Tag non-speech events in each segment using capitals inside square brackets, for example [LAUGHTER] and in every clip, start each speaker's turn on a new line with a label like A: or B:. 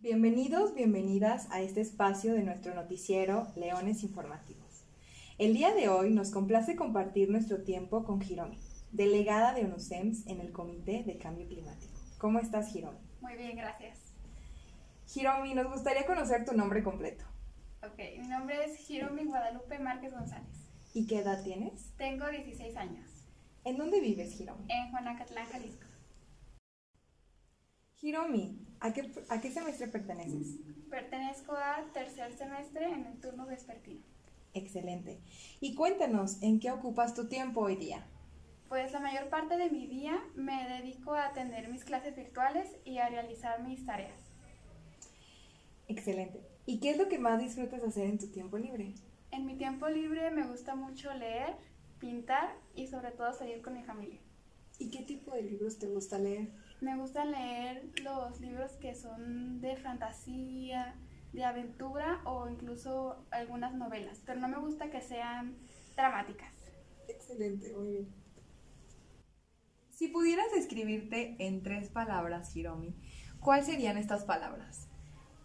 A: Bienvenidos, bienvenidas a este espacio de nuestro noticiero Leones Informativos. El día de hoy nos complace compartir nuestro tiempo con Hiromi, delegada de ONUSEMS en el Comité de Cambio Climático. ¿Cómo estás, Hiromi?
B: Muy bien, gracias.
A: Hiromi, nos gustaría conocer tu nombre completo.
B: Ok, mi nombre es Hiromi Guadalupe Márquez González.
A: ¿Y qué edad tienes?
B: Tengo 16 años,
A: ¿En dónde vives, Hiromi?
B: en Juanacatlán, Jalisco.
A: Hiromi, ¿a qué, a qué semestre perteneces?
B: Pertenezco a tercer semestre en el turno vespertino.
A: Excelente. Y cuéntanos, ¿en qué ocupas tu tiempo hoy día?
B: Pues la mayor parte de mi día me dedico a atender mis clases virtuales y a realizar mis tareas.
A: Excelente. ¿Y qué es lo que más disfrutas hacer en tu tiempo libre?
B: En mi tiempo libre me gusta mucho leer, pintar y sobre todo salir con mi familia.
A: ¿Y qué tipo de libros te gusta leer?
B: Me gusta leer los libros que son de fantasía, de aventura o incluso algunas novelas, pero no me gusta que sean dramáticas.
A: Excelente, muy bien. Si pudieras describirte en tres palabras, Hiromi, ¿cuáles serían estas palabras?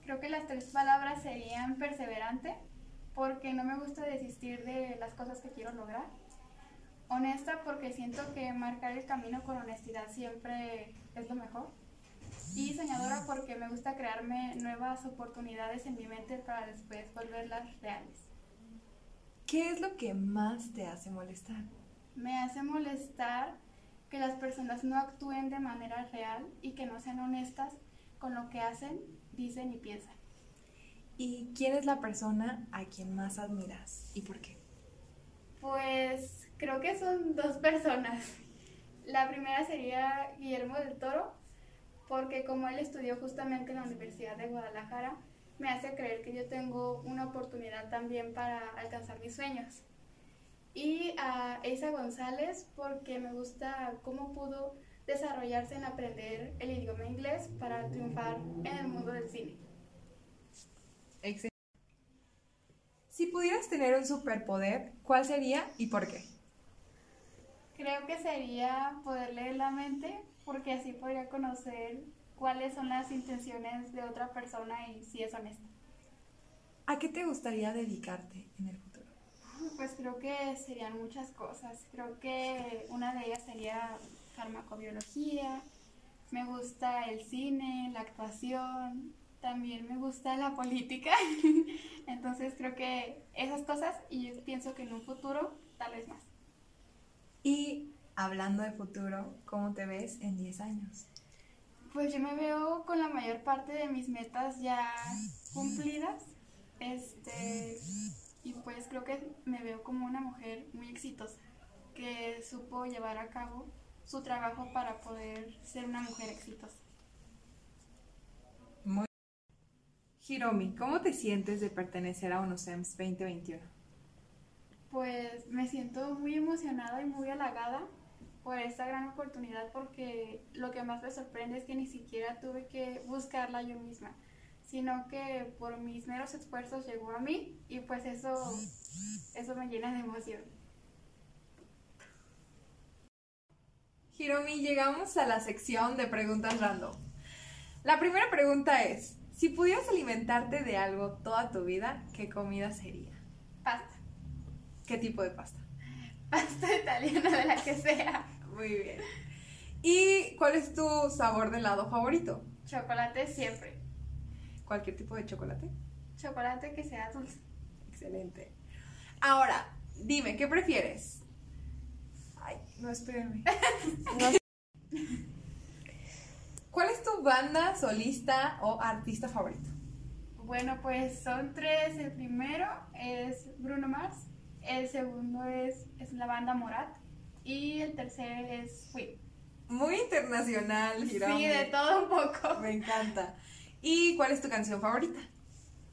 B: Creo que las tres palabras serían perseverante, porque no me gusta desistir de las cosas que quiero lograr. Honesta, porque siento que marcar el camino con honestidad siempre es lo mejor. Y soñadora, porque me gusta crearme nuevas oportunidades en mi mente para después volverlas reales.
A: ¿Qué es lo que más te hace molestar?
B: Me hace molestar que las personas no actúen de manera real y que no sean honestas con lo que hacen, dicen y piensan.
A: ¿Y quién es la persona a quien más admiras y por qué?
B: Pues creo que son dos personas. La primera sería Guillermo del Toro, porque como él estudió justamente en la Universidad de Guadalajara, me hace creer que yo tengo una oportunidad también para alcanzar mis sueños. Y a Eisa González, porque me gusta cómo pudo desarrollarse en aprender el idioma inglés para triunfar en el mundo del cine.
A: Si pudieras tener un superpoder, ¿cuál sería y por qué?
B: Creo que sería poder leer la mente porque así podría conocer cuáles son las intenciones de otra persona y si es honesta.
A: ¿A qué te gustaría dedicarte en el futuro?
B: Pues creo que serían muchas cosas. Creo que una de ellas sería farmacobiología, me gusta el cine, la actuación, también me gusta la política. [LAUGHS] Entonces creo que esas cosas y yo pienso que en un futuro tal vez más.
A: Y hablando de futuro, ¿cómo te ves en 10 años?
B: Pues yo me veo con la mayor parte de mis metas ya cumplidas. Este, y pues creo que me veo como una mujer muy exitosa que supo llevar a cabo su trabajo para poder ser una mujer exitosa.
A: Hiromi, ¿cómo te sientes de pertenecer a UNOSEMS 2021?
B: Pues me siento muy emocionada y muy halagada por esta gran oportunidad porque lo que más me sorprende es que ni siquiera tuve que buscarla yo misma, sino que por mis meros esfuerzos llegó a mí y pues eso, eso me llena de emoción.
A: Hiromi, llegamos a la sección de preguntas random. La primera pregunta es, si pudieras alimentarte de algo toda tu vida, ¿qué comida sería?
B: Pasta, [LAUGHS]
A: ¿Qué tipo de pasta?
B: pasta italiana de la que sea.
A: Muy bien. ¿Y cuál es tu sabor de helado favorito?
B: Chocolate siempre.
A: ¿Cualquier tipo de chocolate?
B: Chocolate que sea dulce.
A: Excelente. Ahora, dime, ¿qué prefieres? Ay, no,
B: [LAUGHS]
A: espérame. No. ¿Cuál es tu banda, solista o artista favorito?
B: Bueno, pues son tres. El primero es Bruno Mars, el segundo es, es la banda Morat y el tercero es Queen.
A: Muy internacional, Hiromi.
B: Sí, de todo un poco.
A: Me encanta. ¿Y cuál es tu canción favorita?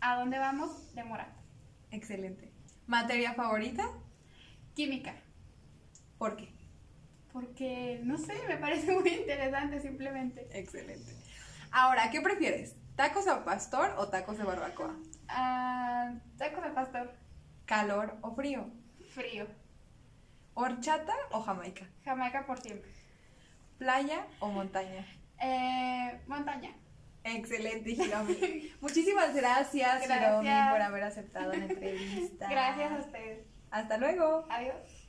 B: ¿A dónde vamos? De Morat.
A: Excelente. ¿Materia favorita?
B: Química,
A: ¿Por qué?
B: porque no sé, me parece [LAUGHS] muy interesante simplemente.
A: Excelente. Ahora, ¿qué prefieres? ¿Tacos al pastor o tacos de barbacoa?
B: Ah, tacos de pastor,
A: ¿Calor o frío?
B: frío,
A: ¿Horchata o Jamaica?
B: Jamaica por siempre.
A: ¿Playa o montaña?
B: Eh, montaña,
A: Excelente, Hiromi. [LAUGHS] Muchísimas gracias,
B: Gracias.
A: Hiromi, por haber aceptado la entrevista.
B: Gracias a ustedes.
A: Hasta luego.
B: Adiós.